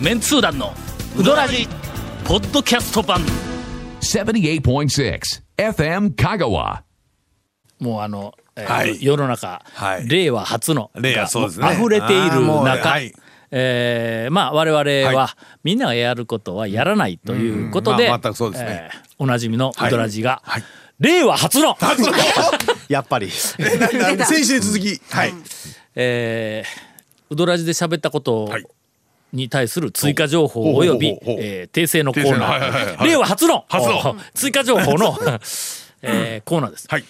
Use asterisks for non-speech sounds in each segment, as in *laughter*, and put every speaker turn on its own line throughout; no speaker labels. メンツー団のウドラジポッドキャスト版
78.6 FM Kagawa.
もうあの、えー
はい
世の中、
はい
令和初の
令和
が
そうですね
も溢れてい
あー
る
もう
中、
はい
えーまあ我々は、
は
みんながやることはやらないということで,、
うんまあ全くそうですね
えーおなじみのウドラジが、
はいはい
令和初の、
やっぱり。
先週に続き、はい。
えーウドラジで喋ったことを、
はい
に対する追加情報および
ほうほうほうほう
えー訂正のコーナー、
訂正のはいはいはい
令和初の
初の
お *laughs* 追加情報
*laughs*
の、えーコーナーです。
はい。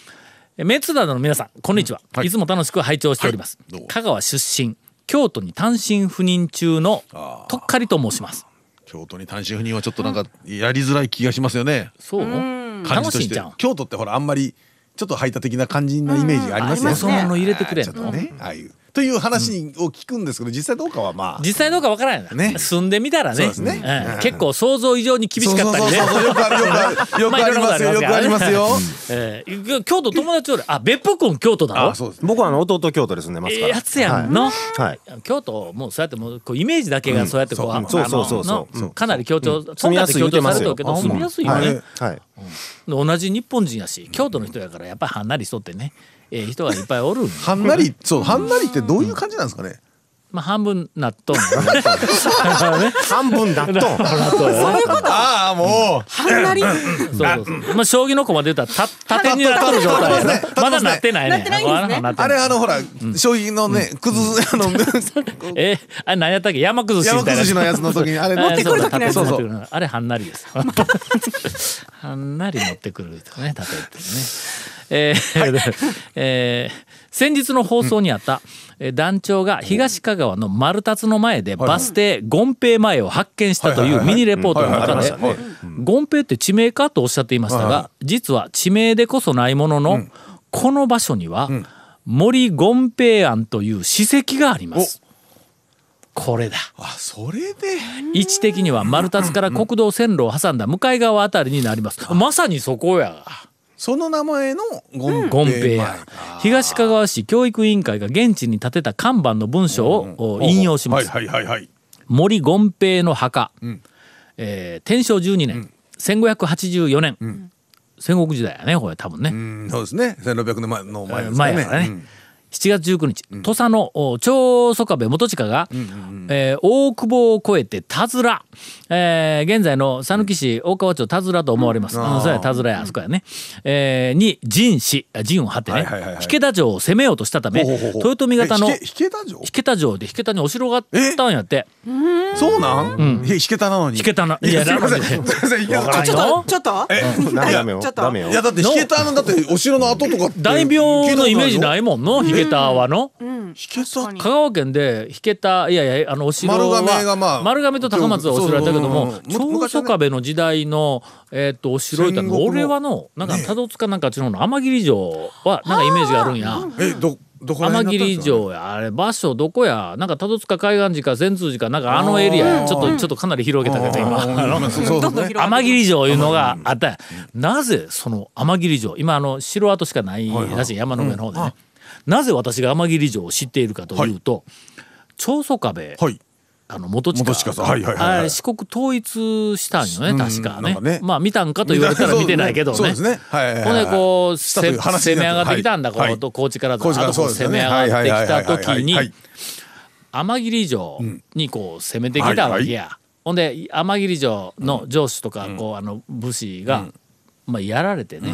えメンツー団の皆さんこんにちは、
はい
い、つも楽しく拝聴しております、
はいどうも
香川出身京都に単身赴任中のとっかりと申します
京都に単身赴任はちょっとなんかやりづらい気がしますよね。
そう
感
楽
じと
しい
し
んじ
て
ゃん。
京都ってほらあんまりちょっと排他的な感じなイメージがありますよ
よそ者の入れてくれん
ちょっと
の、
ね、ああいうという話を聞くんですけど、実際どうかはまあ。
実際どうかわからないな、
ね
住んでみたらね
そうですね
うん結構想像以上に厳しかったりね
そうそうそう *laughs* そうよくあるよくあるよくありますよよくありますよ。
えー京都友達よりあ別府君京都だろ
あそうです。
僕はあの弟京都で住んでま
え
す
え
から。
やつやんの、
はい。
京都もうそうやってもうこうイメージだけがそうやってこう、
うん
そう
あの
そうそうそう
のかなり強調、そんなって
住み
強
やすい言うて
調さ
ま
れ
す
て
よ
るけど住みやすいよね、
はい
はい。
同じ日本人やし京都の人やからやっぱりはんなりしとってね、ええ人がいっぱいおるん
はんなりそうはんなりってどういう感じなんですかね。
まあ半分納豆なのね
半分だと。
ああもう。
はんな
*laughs*
り
そうそうそうまあ将棋の駒で言ったらた縦になっとる状態
立ってますね
まだなってないね
立ってないんですね
まだなってない
あれあのほら将棋のね崩すあ *laughs* の
ええあれ何やったっけ山崩し
*laughs* 山
みたい
崩
な
しのやつの時に
*laughs*
あれ乗ってくる時のや
そ
つ。そうう
そ
そうう。
あれはんなりです
*laughs*
はんなり乗ってくると
*laughs*
ね例えてねえー *laughs* えー先日の放送にあった、えー団長が東香川の丸立の前でバス停権平前を発見したという
はいはいは
ミ
い
ニレポートの
はい
中
はい
で
はいはい
権平って地名かとおっしゃっていました
はい
が実は地名でこそないものの、この場所には、森権平庵という史跡があります。これだ。
あそれで。
位置的には丸太から国道線路を挟んだ向かい側あたりになりますまさにそこや
その名前のゴン
権
ペ
平や東かがわ市教育委員会が現地に建てた看板の文章を引用します
はいはいはいはい。
森権平の墓、えー天正12年、1584年、戦国時代やねこれ多分ね、
うんそうですね。千六百年前の前ですか
前
ね。
やからね、
うん
7月19日、土佐のお長宗我部元親が、えー大久保を越えて田面、えー現在の讃岐市大川町田面と思われます、うん、そうや田面やあそこやね、えーに陣氏あ陣を張ってね、
はいはいはいはい
引田城を攻めようとしたため
ほうほうほう
豊臣方の
え引け引けた城
引田城で引田にお城があったんやって
そうなん、いや引けたなのに
引田のい
い
や
やすいません
な
すい
んで
ません引け
わからん
た
ちょっ
よ
とちょっと
ダメダメよ
ちょっ。と
ダメよ
いや。だって引けたのだってお城の跡とかって
*laughs* 大名のイメージないいもんの引田はの。
引けた
香川県で引けたいやいやあのお城は
丸亀がまあ
丸亀と高松はお城だったけども
そうそうそうそうむ
長宗我部の時代の、えー、とお城いった
戦国の
俺はのなんか多度津かなんかあっちの方の天霧城はなんかイメージがあるんや。
えどどこら
天
辺になったんで
霧
すか
城やあれ場所どこやなんか多度津か海岸寺か善通寺かなんかあのエリアやちょっとちょっとかなり広げたけど今
あー今そうそう
ど
そ
*laughs*
んどん
うね
広が
天
っていく
霧城いうのがあったんやなぜその天霧城今あの城跡しかないらしい山の上の方でね、なぜ私が天霧城を知っているかというと、長宗我部
はい
あの元近
元親さんはいはいはいはい
あれ四国統一したんよね確か
な
ね
んかね
まあ見たんかと言われたら見てないけどね
そうですねはいはいはい
ほんでこう
したと
せ
いう
攻
話に
め上
な
が
っ
って
て
きたんだこ
は
う
い
と高知からず
高知から
あとこう
そうです
攻
ね
め上がってきた
は
時
いはいはいはい
に
はい
天霧城にこう攻めてきたわけや、ほんで天霧城の城主とかこうあの武士が、まあ、やられてね、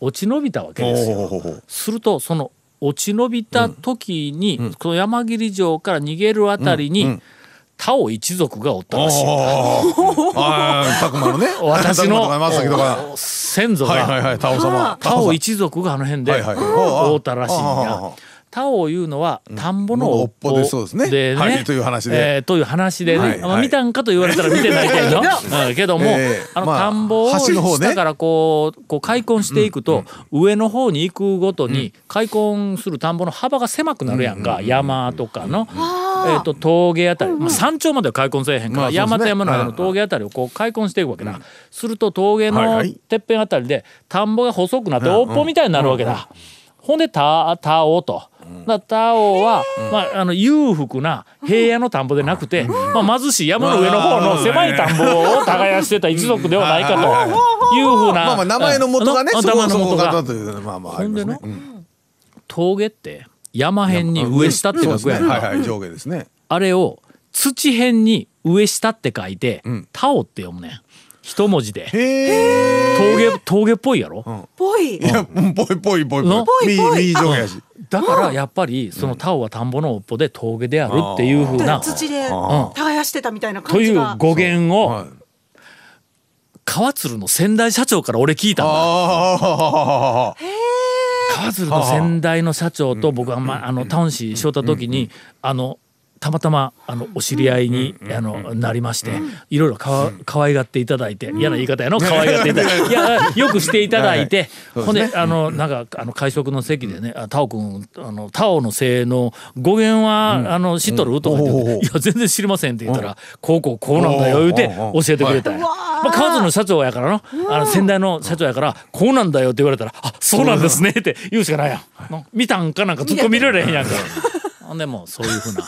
落ち延びたわけですよ。
ほうほうほうほう
するとその落ち延びた時に、この山霧城から逃げるあたりに、タオ一族がおったらしい。
あーあー、たくまのね。
*laughs* 私
*laughs* 拓馬とか
の
まさきとか。
先祖
はいはい
が
はい、タオ様。
タオ一族があの辺で
はいはいはいああ
おったらしいん
ああ
や
ああ。
タオいうのは田んぼの
の
尾
尾
っ
っ
ぽ
ぽ
で
で
ね。
そうですねはいという話で
えーという話でね
はい
まあ
はい
見たんかと言われたら見てないけ
*laughs*
どうんけども
ええ
あの
まあ
田んぼを
橋の方ね
下からこうこう開墾していくと上の方に行くごとに開墾する田んぼの幅が狭くなるやんか山とかのえーと峠あたりまあ山頂までは開墾せえへんか
まあ
ら
そうですね
山と山の間の
うん
峠あたりをこう開墾していくわけだすると峠の
はいはい
てっぺんあたりで田んぼが細くなって大っぽみたいになるわけだ。ほんで、た、たおと。だタオは、まあ、あの裕福な平野の田んぼでなくて、まあ、貧しい山の上の方の狭い田んぼを耕してた一族ではないかというふうな。
まあまあ名前の元がね、
うん
そ
名前の
こそ
元
こ
が
だというまあまああ
ほ
り
ん
ま
です
ね
の。峠って山辺に上下って
そう
書
です
く
ね。
やん
はい
か
はい上下ですね。
あれを土辺に上下って書いて「
ん
タオ」って読むねん一文字で
へえ。
峠峠っぽいやろ
ぽい
い。やうんぽいぽいぽい
の
ぽい。
ぽいぽ
右
い
右上下やし。
だからやっぱりその「タオ」は田んぼの尾っぽで峠であるっていうふうな
土で
あ
耕してたみたいな
と
感
い
じ
う
が。
語源
は
を
い
川鶴の先代社長から俺聞いたんだ
ああ。
川鶴の先代の社長と僕は、まあ、あのタウン市しょった時に、あのたまたまあのお知り合いに、あのなりまして、いろいろかわ可愛がっていただいて、嫌な言い方やの可愛がっていただいていやよくしていただいて、ほんであのなんかあの会食の席でね「あタオ君あのタオの性の語源は、あの知っとる?」とか言って、
おうおうおう
いや全然知りません」って言ったら「こうこうこうなんだよ」言うて
おうおうお
教え
う
てくれたんや
はい
まあ、川鶴の社長やからのあの先代の社長やから「こうなんだよ」って言われたら「あそうなんですね」って言うしかないやん、な見たんかなんかずっと見られへんやんか。 *laughs* ほんでもうそういうふうな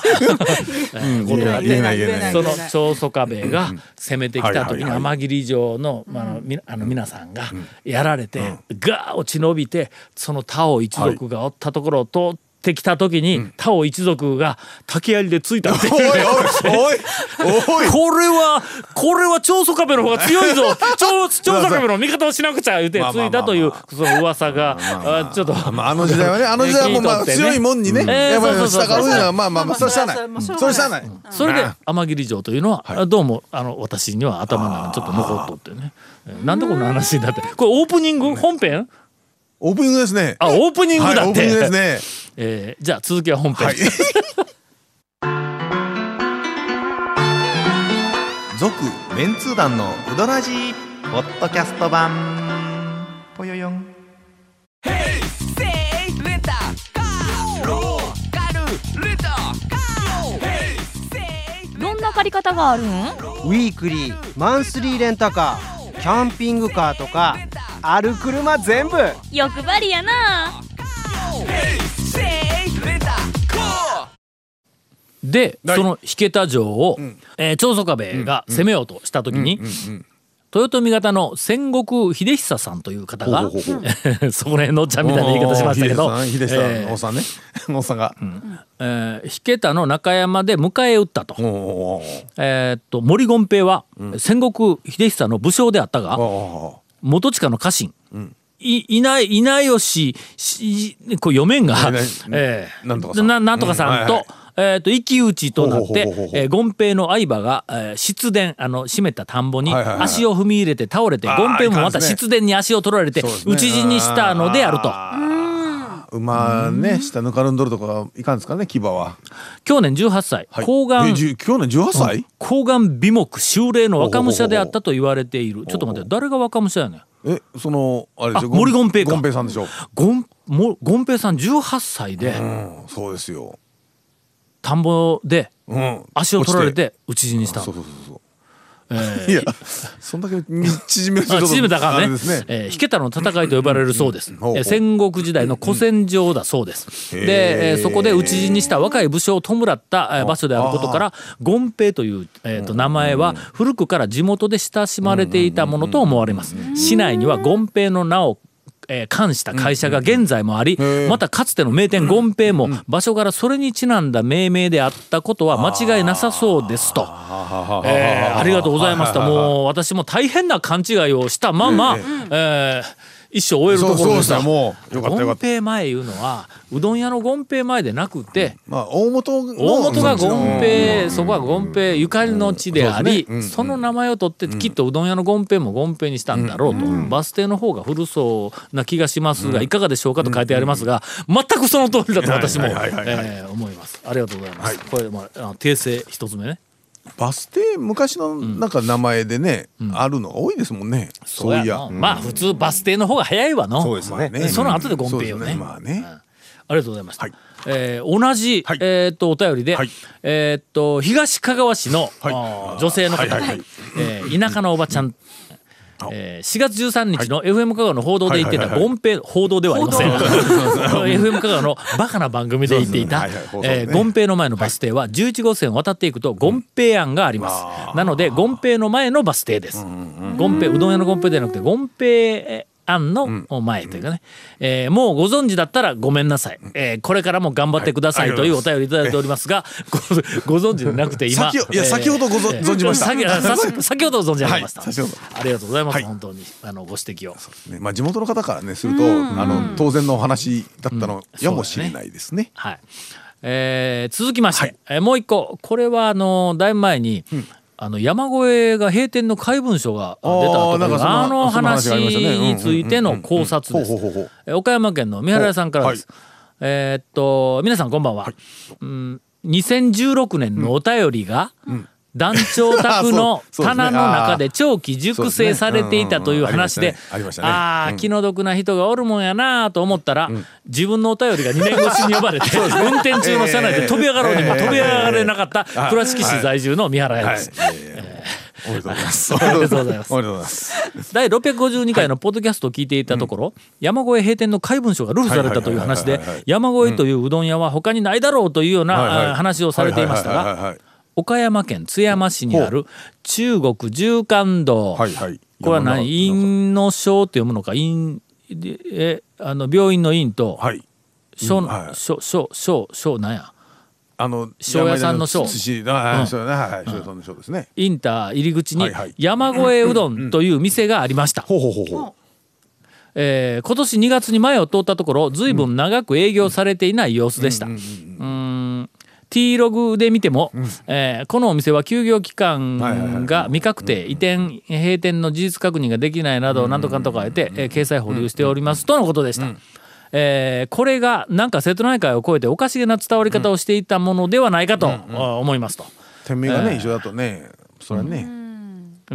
*laughs* 言えない言えない言えない
そ。の長宗我部が攻めてきた時
はい
に
はい
天霧城の,、まあ、あのみあの皆さんがやられて、ガー落ち延びてその他を一族がおったところを通ってきた時に、他を一族が竹槍でついた
*laughs*
っていう
おいおいおいおい。
*laughs* これはこれは長宗我部の方が強いぞ
*laughs*
長長宗我部の味方をしなくちゃ言うて
まあ
つ
まあ
い
まあまあ
たというその噂があちょっと
まああの時代はね、あの時代はもうまあ強いもんにね、
ええ
やっぱり
そうそうそう
従うのはまあまあまあそれはしゃあない。
まあまあ
それはしゃあない。
それで
うん
天霧城というのは、どうもあの私には頭の中にちょっと残っとってねえーなんでこんな話になってこれオープニング本編
オープニングですね。
あオープニング
はい
だ
オー
っ
プ
て、
ニングですね。
えーじゃあ続きは本編、
はい。
続メンツー団のウドラジーポッドキャスト版ぽよよん
どんな借り方があるん
ウィークリーマンスリーレンタカーキャンピングカーとかある車全部
欲張りやな
で
はい
その引けた城を、えー長宗我部が攻めようとした時に、豊臣方の戦国秀久さんという方が
ほうほうほ
*laughs*
う
そこら辺のおっちゃんみたいな言い方しましたけど
おーヒデさん、ヒデさん、おっさんね。 *laughs* おっさんが。
えー引けたの中山で迎え撃ったと。
おー
えーっと森権平は戦国秀久の武将であったが、
お
元親の家臣、いいない稲吉しこう読めんが
いない
ええ
なんとかさん
ななんとかさんと、
うんはいはい
えー、と息打ちとなっ
ほうほうほうほう
て
ほう
えー権平の相場が、えー湿田あの湿った田んぼに
はいはいはい
足を踏み入れて倒れて
あ
権
ー
平もま
いかん
た
ですね
湿田に足を取られて
そうですね
討ち死にしたのであると
ー馬ね、下ぬかるんどるとかいかんですからね、牙は。
去年18歳
はい
睾丸、
えじゅ去年18歳
睾丸美目修麗の若武者であったと言われているちょっと待って誰が若武者やねん
え、その、あれでしょ。
あ森権平か
ゴンペイさんでしょ。
ゴンもゴンペイさん18歳で
うん、そうですよ。
田んぼで
うん。
足を取られて討ち死にし
落ちて。
た
そうそうそう *laughs* そう。いや、そんだけ縮める
あ
と
チームだから
あ
ね
れですね。
えー、引けたの戦いと呼ばれるそうです、
ほうほう
えー戦国時代の古戦場だそうです、
へー
で、えーそこで討ち死にした若い武将を弔ったえー場所であることから権平という、えー、と名前は古くから地元で親しまれていたものと思われます市内には権平の名をえー冠した会社が現在もありまたかつての名店権平も場所からそれにちなんだ命名であったことは間違いなさそうですと。え
*laughs*
ーありがとうございました。もう私も大変な勘違いをしたまま、えー一生終えるところでし。
そうそうでしたたもうよかったよ
ゴ
か
ン
った
ペイ前いうのはうどん屋のゴンペイ前でなくて、
まあ、大元の
大元が
そっちの
ゴンペイ、そこはゴンペイゆかりの地であり、その名前を取ってきっとうどん屋のゴンペイもゴンペイにしたんだろうと、バス停の方が古そうな気がしますがいかがでしょうかと書いてありますが、全くその通りだと私も
はいはいはいはいはい
えー思います。ありがとうございます。これまああの訂正一つ目ね。
バス停昔のなんか名前でね、あるのが多いですもんね、そういや
なまあ普通バス停の方が早いわの
そうですね
んその後でゴンペイよね,、
そうですまあね、
ありがとうございました、
はい
えー同じ、
はい
えーっとお便りで、
はい
えーっと東かがわ市の、
はい
あー女性の方、
はいはいはい
えー田舎のおばちゃんえー4月13日の FM 香川の報道で言っていた
はいはい
ゴンペ報道ではありません *laughs* FM 香川のバカな番組で言っていた
そうですねはいはい放送
え
ね
ーゴンペの前のバス停は11号線を渡っていくとゴンペ庵がありますなのでゴンペの前のバス停ですゴンペうどん屋のゴンペではなくてゴンペ庵の前というかね、えーもうご存知だったらごめんなさい、えーこれからも頑張ってくださいというお便りいただいておりますが、ごご存知でなくて今
先ほいや先ほどごぞ
えー
存じました
先
*laughs*
あさ先ほど存じ上げました、
はい先ほど
ありがとうございます、
はい
本当にあのご指摘を
ねまあ、地元の方からねするとあの当然のお話だったのやもしれないですね。
はい、えー続きまして、えーもう一個これはあのだいぶ前に、あの山越えが閉店の怪文書が出た
あ
後
ーなんかそんな
あの
そんな
話
話がありましたねうんうんうんう
に
ん
ついての考察です
ほうほうほうほう
えー岡山県の三原屋さんからです、えーっと皆さんこんばんは、うん、2016年のお便りが、団長宅の
*laughs* そうそうですね
棚の中で長期熟成されていたという話で
そうですねうんうんうん
あ
あ
あー気の毒な人がおるもんやなと思ったら、自分のお便りが2年越しに呼ばれ
*laughs*
て、運転中の車内で飛び上がろうにも飛び上がれなかった倉敷市在住の三原屋です。
おめでとうございます。お
ありがとうございます
めでとうございます。
第652回のポッドキャストを聞いていたところ、山越え閉店の怪文書がルフされたという話
は
で
いはいはいはいはい
山越えといううどん屋は他にないだろうというような、
はいはい
あー話をされていました
は
が
いはいはいはい
岡山県津山市にある中国縦貫道、
はいはい
これは何
山の
院の章って読むのか院でえあの病院の院と
はい。
章
院はい
章章章章なんや
あの
庄屋さんの庄
寿司ああそうだねはいはい庄屋さんの庄ですね。
インター入り口に
はいはい
山越えうどんという店がありました。
ほうほうほうほう。
えー今年2月に前を通ったところ随分長く営業されていない様子でした。うーん T ログで見ても、えーこのお店は休業期間が未確定移転閉店の事実確認ができないなど何とかとかあえて、えー掲載保留しておりますとのことでした。えーこれがなんか瀬戸内海を越えておかしげな伝わり方をしていたものではないかとあ思いますと。
店名がね一緒だとねそれはね。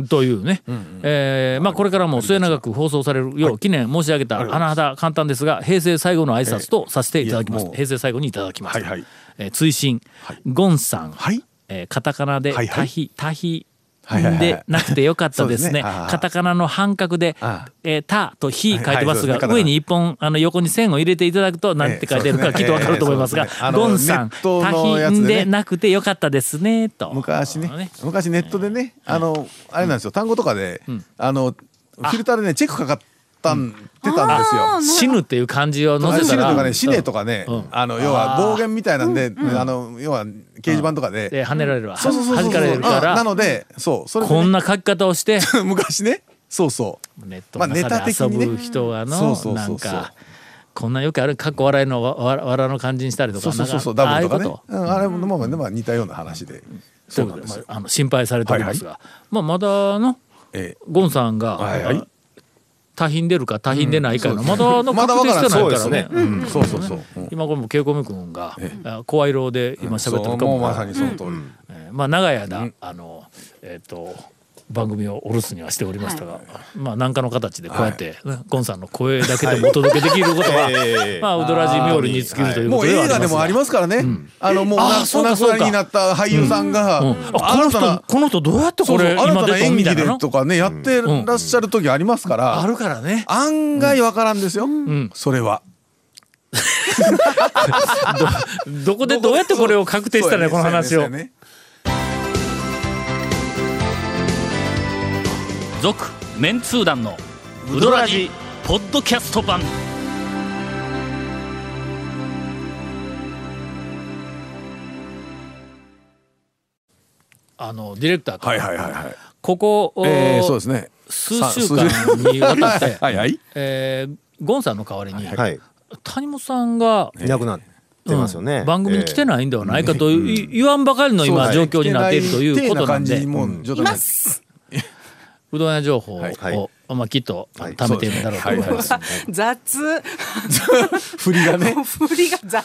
というね、えーまあ、これからも末永く放送されるよう記念申し上げた甚だ簡単ですが平成最後の挨拶とさせていただきまし
い
た
やもう
平成最後にいただきました、
はいはい
えー追伸、ゴンさん、
はい
えーカタカナで
はいはい
タヒ、タヒ
はいはいはい
でなくてよかったですね,、
そうですねあー
カタカナの半角で
あ
「えータ」と「ヒ」書いてますが、
はいはいそうですね
上に一本あの横に線を入れていただくとなんて書いてるかきっとわかると思いますが、
えーそうですね
ゴンさん「
あのネットの
タ
やつ
ヒ
でね
でなくてよかったですね」と。
昔ね昔ネットでねあのあれなんですよ単語とかであのフィルターでねチェックかかったん出たんですよ。
死ぬっていう漢字を
あ
載
の
せ
死
た
ね
ら
とかね、死ねとかね、
うん
あの要は暴言みたいなんで、あの要は掲示板とかで、
で跳ねられるわ
そうそうそうそう、
弾かれるか
うんな
ら
ので、そう、それでね
こんな書き方をして
*laughs* 昔ね、そうそう、
ネットの中で遊ぶ人が
まあネ
の
タ的にね
なん
そうそうそうそう
かこんなよくあるかっこ笑いのわわわらの感じにしたりとか
そうそうそうそう、
なんか
ダブル
あ
と
あ
か
いう
ね
こ、
うんあれもまあまあ似たような話で、
とと
そ
いうう
な
こ
ん
とで
で
すす
よ。
あの心配されておりますがまあまだの
え
ゴンさん
はい
が
はい
多品出るか多品出ないかのまだの
まだ
確
わ
定
から
し
ない
てないから
そうです
ね
ね
えうんそうそうそう、うん
今これもケイコミ君があ声色で今喋って
そ
る
う
か
も
も
うまさにその通り。
えーまあ長い間、あのえっ、と番組をお留守にはしておりましたが、まあ何かの形でこうやって、ねゴンさんの声だけでもお届けできることは、まあウドラジ冥利に尽きるというこ
も
と
う
では
映画でも
あ
あ
り
り
ます
ますからね、あのもうお
あーそうか
亡く
そう
な
か
りになった俳優さんが、
が、うんあこの
新たな
人この人どうやって
そ
こ
うそう
れ
新
今
た
出
な
た
演
みた
技
いな
で
の
とかねやってらっしゃる時ありますから、
あるからね
案外わからんですよ、それは。
どこでどうやってこれを確定したのよこの話を
そうやね
「続、メンツー団のウドラジポッドキャスト版」あのディレクターから
はいはいはいはい。
ここ、
えー、そうですね。
数
さ
週間にわたって、
*laughs* はいはい。
えーゴンさんの代わりに、
はい。
谷本さんが、
いなくなってますよね。
うん番組に来て
い。
ないんではないかとい、言わんばかりの今状況になっているということなん
来て
で
いな感じもう状態なんです
うどん屋情報を、
はいはい
まあ、きっとあの貯めているんだろうと思います。
雑
振りが
*laughs*
ね。
振りが雑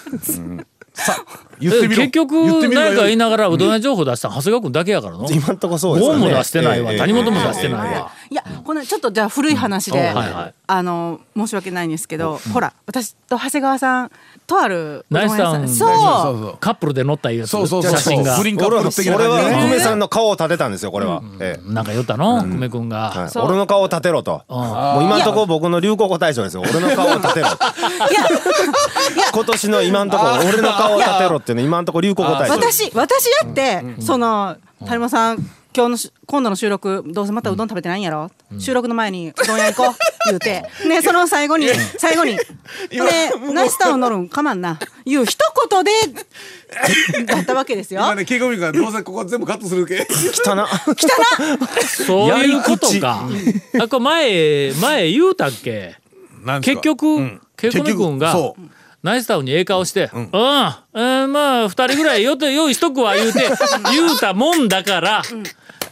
言ってみろ。
結局
言ってみろ
何
よ
か言いながらうどん屋情報出したの長谷川君だけやからの。
今んとこそうです
ゴ
よ
ン
ね。
も出してないわ、
ええ
谷本も出してないわ。
いやこのちょっとじゃあ古い話で、
はいはい
あの申し訳ないんですけど、ほら私と長谷川さんとあるうどん屋さん
ナイスタウン
そ
そうう
そう
カップルで乗ったいうやつ
そうそうそう
写真が
不倫カップル的な
俺
感じ
は
でね
久米さんの顔を立てたんですよこれは、ええ
なんか言ったの久米君が
は
そう
い、俺の顔を立てろと
ん
もう今んとこ僕の流行語大賞ですよ俺の顔を立てろ今年の今んとこ俺の顔を立てろっていうの今んとこ流行語大賞です
私私だって、その谷本さん今日のし今度の収録どうせまたうどん食べてないんやろ、収録の前にうどん屋行こう言う *laughs* てねその最後に最後 *laughs* に「ねナイスタウン乗るんかまんな」いう一言で *laughs* だったわけですよ。
今ね稽古見からどうせここ全部カットするけ
汚な
そういうことかあこれ前前言うたっけ
*laughs* なんです
結
か
局
うん
ケイコミ君が
結局そう
ナイスタウンにええ顔して「うん、えーまあ二人ぐらいよと用意しとくわ」言う
*laughs*
て言うたもんだから。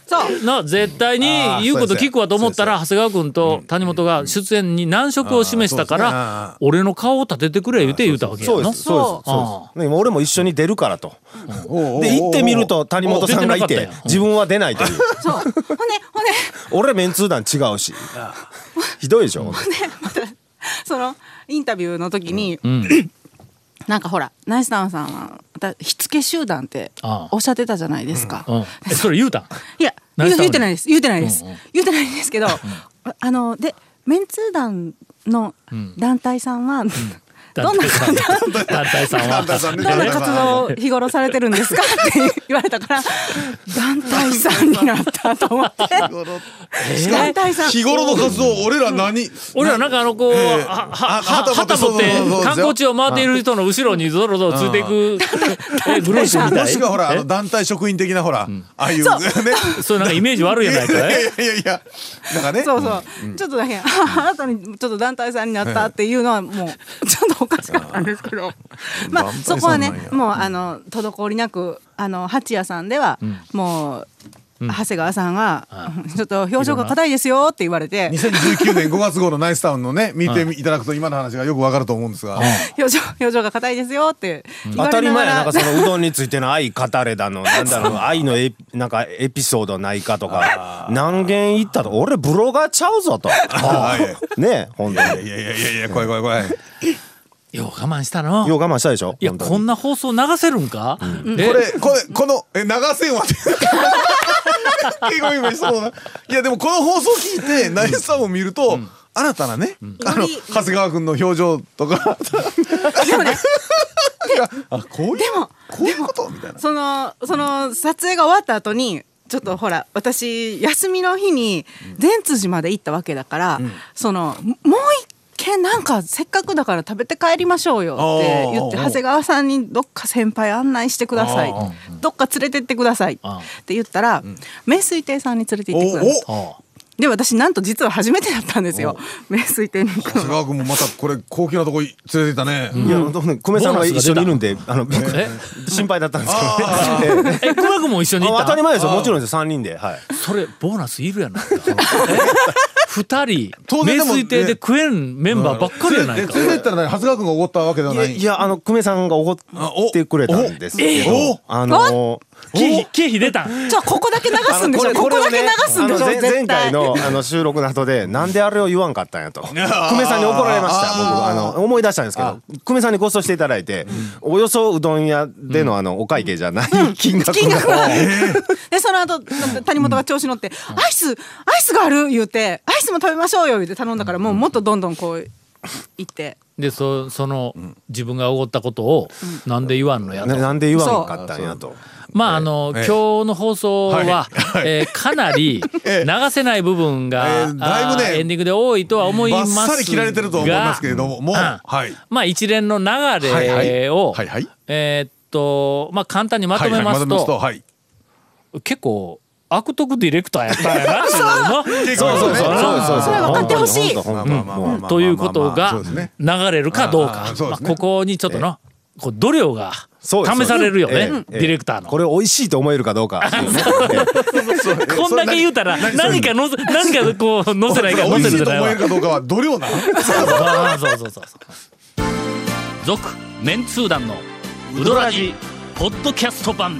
そう
な絶対に言うこと聞くわと思ったら長谷川君と谷本が出演に難色を示したか
あ
ら
あ
俺の顔を立ててくれ言うて言うたわけや
そうで
の
すそうで
あ
すそうです今俺も一緒に出るからと
おうおうおう
で行ってみると谷本さんがい
出てな
て
かったよ
自分は出ないという
そうほんでほんで
俺メンツー団違うしひどいでしょ
そのインタビューの時に、なんかほらナイスタウンさんはまた火付け集団って
ああ
おっしゃってたじゃないですか。
うんえそれ言うたん
いや
ナイス
言う
タウン
言ってないです言ってないです、
うんうん
言ってないんですけど、あ *laughs* のでメンツー団の団体さんは、 *laughs* *laughs* どんな
団体さんは
団体さんね
どんな活動を日頃されてるんですか *laughs* って言われたから団体さんになったと思って団体さん
日頃の活動俺ら何
俺らなんかあのこう、ははは旗
旗
持
持
っ
って
て
そうそうそう
観光地を回っている人の後ろにぞろぞろついていくえグループみ
も
た
しくはほらあ
い
の団体職員的なほらああいうね
えそういうなんかイメージ悪いやない
い
か
*laughs* やい
い
やいやいやなんかね
*laughs* そうそう、ちょっとだけあなたにちょっと団体さんになったっていうのはもうちょっとおかしかったんですけど *laughs* まあ
団体
そこはね
さんなんや
もうあの滞りなくあの八谷さんではもう。長谷川さんが「ちょっと表情が硬いですよ」って言われて
2019年5月号のナイスタウンのね見ていただくと今の話がよくわかると思うんですが
「表情表情が硬いですよ」って言
当
わ
た
れ
り
なが
前や
ら
なんかそのうどんについての愛語れだのなんだろう愛のエピなんかエピソードないかとか何件言ったと俺ブロガーちゃうぞと
は
ねえ本当
い
に
やいやいやいや怖い怖い怖い
よう我慢したの
よう我慢したでしょ
いや
本当に
こんな放送流せるんか、え
これこれこのえ流せんわって結構今そうないやでもこの放送聞いてナイスタウンを見ると新たなねあの
より
長谷川君の表情とか
でもね
あこういう
でも
こういうことみたいな
そのその撮影が終わった後にちょっとほら私休みの日に善通寺まで行ったわけだから、そのももう一軒なんかせっかくだから食べて帰りましょうよって言って
あー
長谷川さんにどっか先輩案内してください
あー
どっか連れてってくださいっ
あー
て言ったら名水亭さんに連れて行ってください
おお
あ
で私なんと実は初めてだったんですよ名水亭に行
長
く
谷
のは
川君もまたこれ高級なとこい連れていったね
いや、本当に久米さんが一緒にいるんで、あの、僕
え
*laughs* 心配だったんですけどね。 *laughs* ええ
え熊君も一緒に行
*laughs*
あ
っ
当たり
た
前ですよ、もちろんですよ、3人で。はい。
それボーナスいるやないか
*laughs*
え二人
当然
名
でも
水亭で食えんメンバーばっかりやない
え
か、
連れてったら何長谷川君がおごったわけではいな
や、
い
いやあの、久米さんがおごっ
あお
てくれたんですけ
おえ
ど、あの、
経費経費出たん
*laughs* じゃあここだけ流
あ
すん
の
でしょここ
を
だけ流すんでし
あの
ょ
前
絶
前回
対
のあの収録の後で、なんであれを言わんかったんやと。久米さんに怒られました、僕。あの、思い出したんですけど、久米さんにご馳走していただいて、およそうどん屋でのあの、お会計じゃない金額
金額
が。
が。でその後谷本が調子乗って「アイスアイスがある!」言うて「アイスも食べましょうよ」言うて頼んだからもうもっとどんどんこう行って
でそその、自分がおごったことをなんで言わんのやと、
*laughs* ななんで言わんかったんやと。
まああの、
ええ
今日の放送は、
はい
えーかなり
ええ
流せない部分が、
ええだいぶね
あーエンディングで多いとは思い
バッ
ますが
サリ切られてると思いますけれどももう
うん
はい
まあ一連の流れを、
はいはいはいはい
えーっとまあ簡単にまとめますと,、
はい
結構悪徳ディレクターやったんやなっていうの
そうそうそう
そう
それは分かってほしい
本当本当
まあまあまあまあまあまあ
ということ
そ
が
うですね
流れるかどうか
あーそう
まあ
ですね
ここにちょっとの、こう度量が
そうです
試されるよね、
えええ
デ
え
ィレクターの。
これ美味しいと思えるかどうかっていうね。
こんだけ言うたら何かのせ何かこう載せないか
美
載せ
味し
る
い
じゃ
と
ない
思
わ
えるかどうかは度量なの
そうそうそうそうそう続メンツー団のウドラジポッドキャスト版